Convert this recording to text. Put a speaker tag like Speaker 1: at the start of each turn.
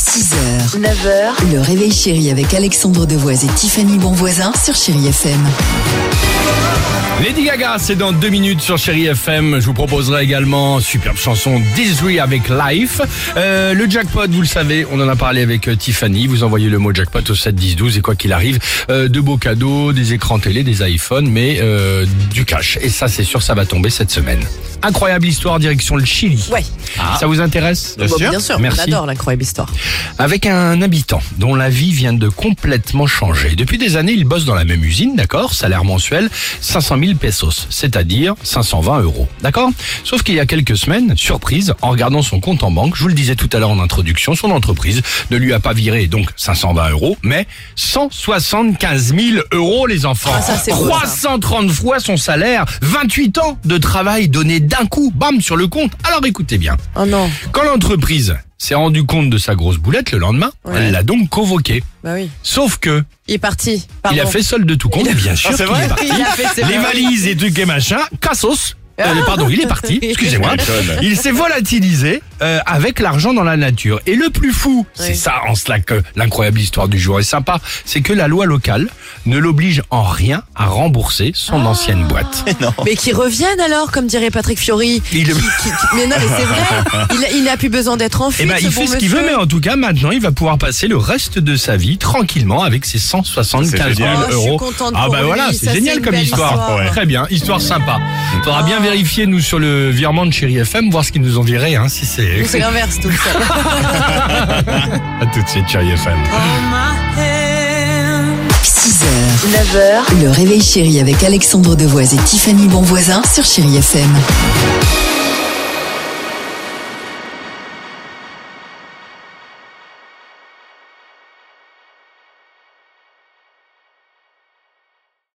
Speaker 1: 6h, 9h, le réveil chéri avec Alexandre Devoise et Tiffany Bonvoisin sur Chérie FM.
Speaker 2: Lady Gaga, c'est dans deux minutes sur Chéri FM. Je vous proposerai également superbe chanson Disney avec Life. Euh, le jackpot, vous le savez, on en a parlé avec euh, Tiffany. Vous envoyez le mot jackpot au 7 10 12 et quoi qu'il arrive, euh, de beaux cadeaux, des écrans télé, des iPhones, mais euh, du cash. Et ça, c'est sûr, ça va tomber cette semaine. Incroyable histoire, direction le Chili.
Speaker 3: Ouais.
Speaker 2: Ça vous intéresse
Speaker 3: Bon, bien sûr,
Speaker 2: Merci.
Speaker 3: on adore l'incroyable histoire.
Speaker 2: avec un habitant dont la vie vient de complètement changer. Depuis des années, il bosse dans la même usine, d'accord Salaire mensuel 500 000 pesos, c'est-à-dire 520 euros, d'accord Sauf qu'il y a quelques semaines, surprise, en regardant son compte en banque, je vous le disais tout à l'heure en introduction, son entreprise ne lui a pas viré donc 520 euros, mais 175 000 euros, les enfants.
Speaker 3: Ah, ça, c'est beau, ça.
Speaker 2: 330 fois son salaire, 28 ans de travail donné d'un coup, bam, sur le compte. Alors écoutez bien.
Speaker 3: Oh non,
Speaker 2: Quand l'entreprise s'est rendue compte de sa grosse boulette le lendemain,
Speaker 3: Ouais.
Speaker 2: elle l'a donc convoqué.
Speaker 3: bah oui.
Speaker 2: Sauf que,
Speaker 3: Il est parti. Pardon.
Speaker 2: il a fait solde de tout compte, bien sûr. qu'il est parti.
Speaker 3: Il a fait ses-
Speaker 2: Les valises et trucs et machin, cassos. Euh, pardon, il est parti, excusez-moi. Il s'est volatilisé euh, avec l'argent dans la nature. Et le plus fou, c'est
Speaker 3: Oui.
Speaker 2: ça en cela que l'incroyable histoire du jour est sympa, c'est que la loi locale ne l'oblige en rien à rembourser son ancienne boîte.
Speaker 3: Mais qui reviennent alors, comme dirait Patrick Fiori.
Speaker 2: Il-
Speaker 3: Qui- qui- qui- Mais non, mais c'est vrai. Il, a- il n'a plus besoin d'être en fuite.
Speaker 2: Eh ben, il
Speaker 3: bon
Speaker 2: fait ce qu'il veut, mais
Speaker 3: monsieur.
Speaker 2: en tout cas, maintenant, il va pouvoir passer le reste de sa vie tranquillement avec ses 175 000
Speaker 3: génial. Oh, je suis
Speaker 2: euros.
Speaker 3: contente
Speaker 2: ah
Speaker 3: pour
Speaker 2: bah
Speaker 3: lui,
Speaker 2: voilà,
Speaker 3: ça,
Speaker 2: c'est
Speaker 3: c'est
Speaker 2: génial
Speaker 3: une
Speaker 2: comme
Speaker 3: belle
Speaker 2: histoire.
Speaker 3: histoire. Ouais. Oh.
Speaker 2: Très bien, histoire sympa. Faudra bien vérifier nous sur le virement de Chéri FM, voir ce qu'ils nous ont viré, hein, si c'est.
Speaker 3: Nous, C'est l'inverse, tout ça.
Speaker 2: À tout de suite, Chéri FM.
Speaker 1: 6h, 9h, le réveil chéri avec Alexandre Devoise et Tiffany Bonvoisin sur Chérie FM.